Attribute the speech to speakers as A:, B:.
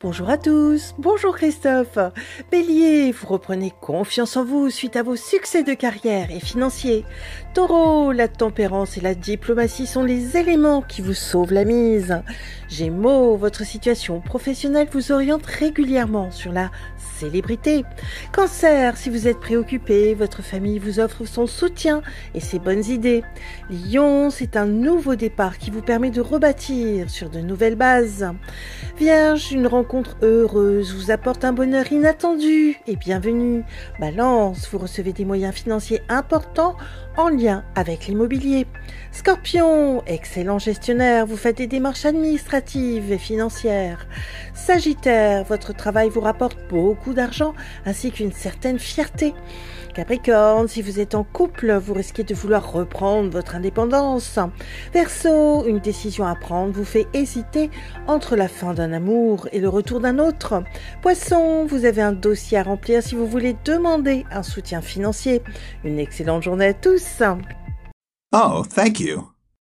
A: Bonjour à tous, bonjour Christophe. Bélier, vous reprenez confiance en vous suite à vos succès de carrière et financiers. Taureau, la tempérance et la diplomatie sont les éléments qui vous sauvent la mise. Gémeaux, votre situation professionnelle vous oriente régulièrement sur la célébrité. Cancer, si vous êtes préoccupé, votre famille vous offre son soutien et ses bonnes idées. Lion, c'est un nouveau départ qui vous permet de rebâtir sur de nouvelles bases. Vierge, une rencontre heureuse vous apporte un bonheur inattendu et bienvenu. Balance, vous recevez des moyens financiers importants en lien avec l'immobilier. Scorpion, excellent gestionnaire, vous faites des démarches administratives et financières. Sagittaire, votre travail vous rapporte beaucoup d'argent ainsi qu'une certaine fierté. Capricorne, si vous êtes en couple, vous risquez de vouloir reprendre votre indépendance. Verseau, une décision à prendre vous fait hésiter entre la fin d'un amour et le retour d'un autre. Poisson, vous avez un dossier à remplir si vous voulez demander un soutien financier. Une excellente journée à tous.
B: Oh, thank you.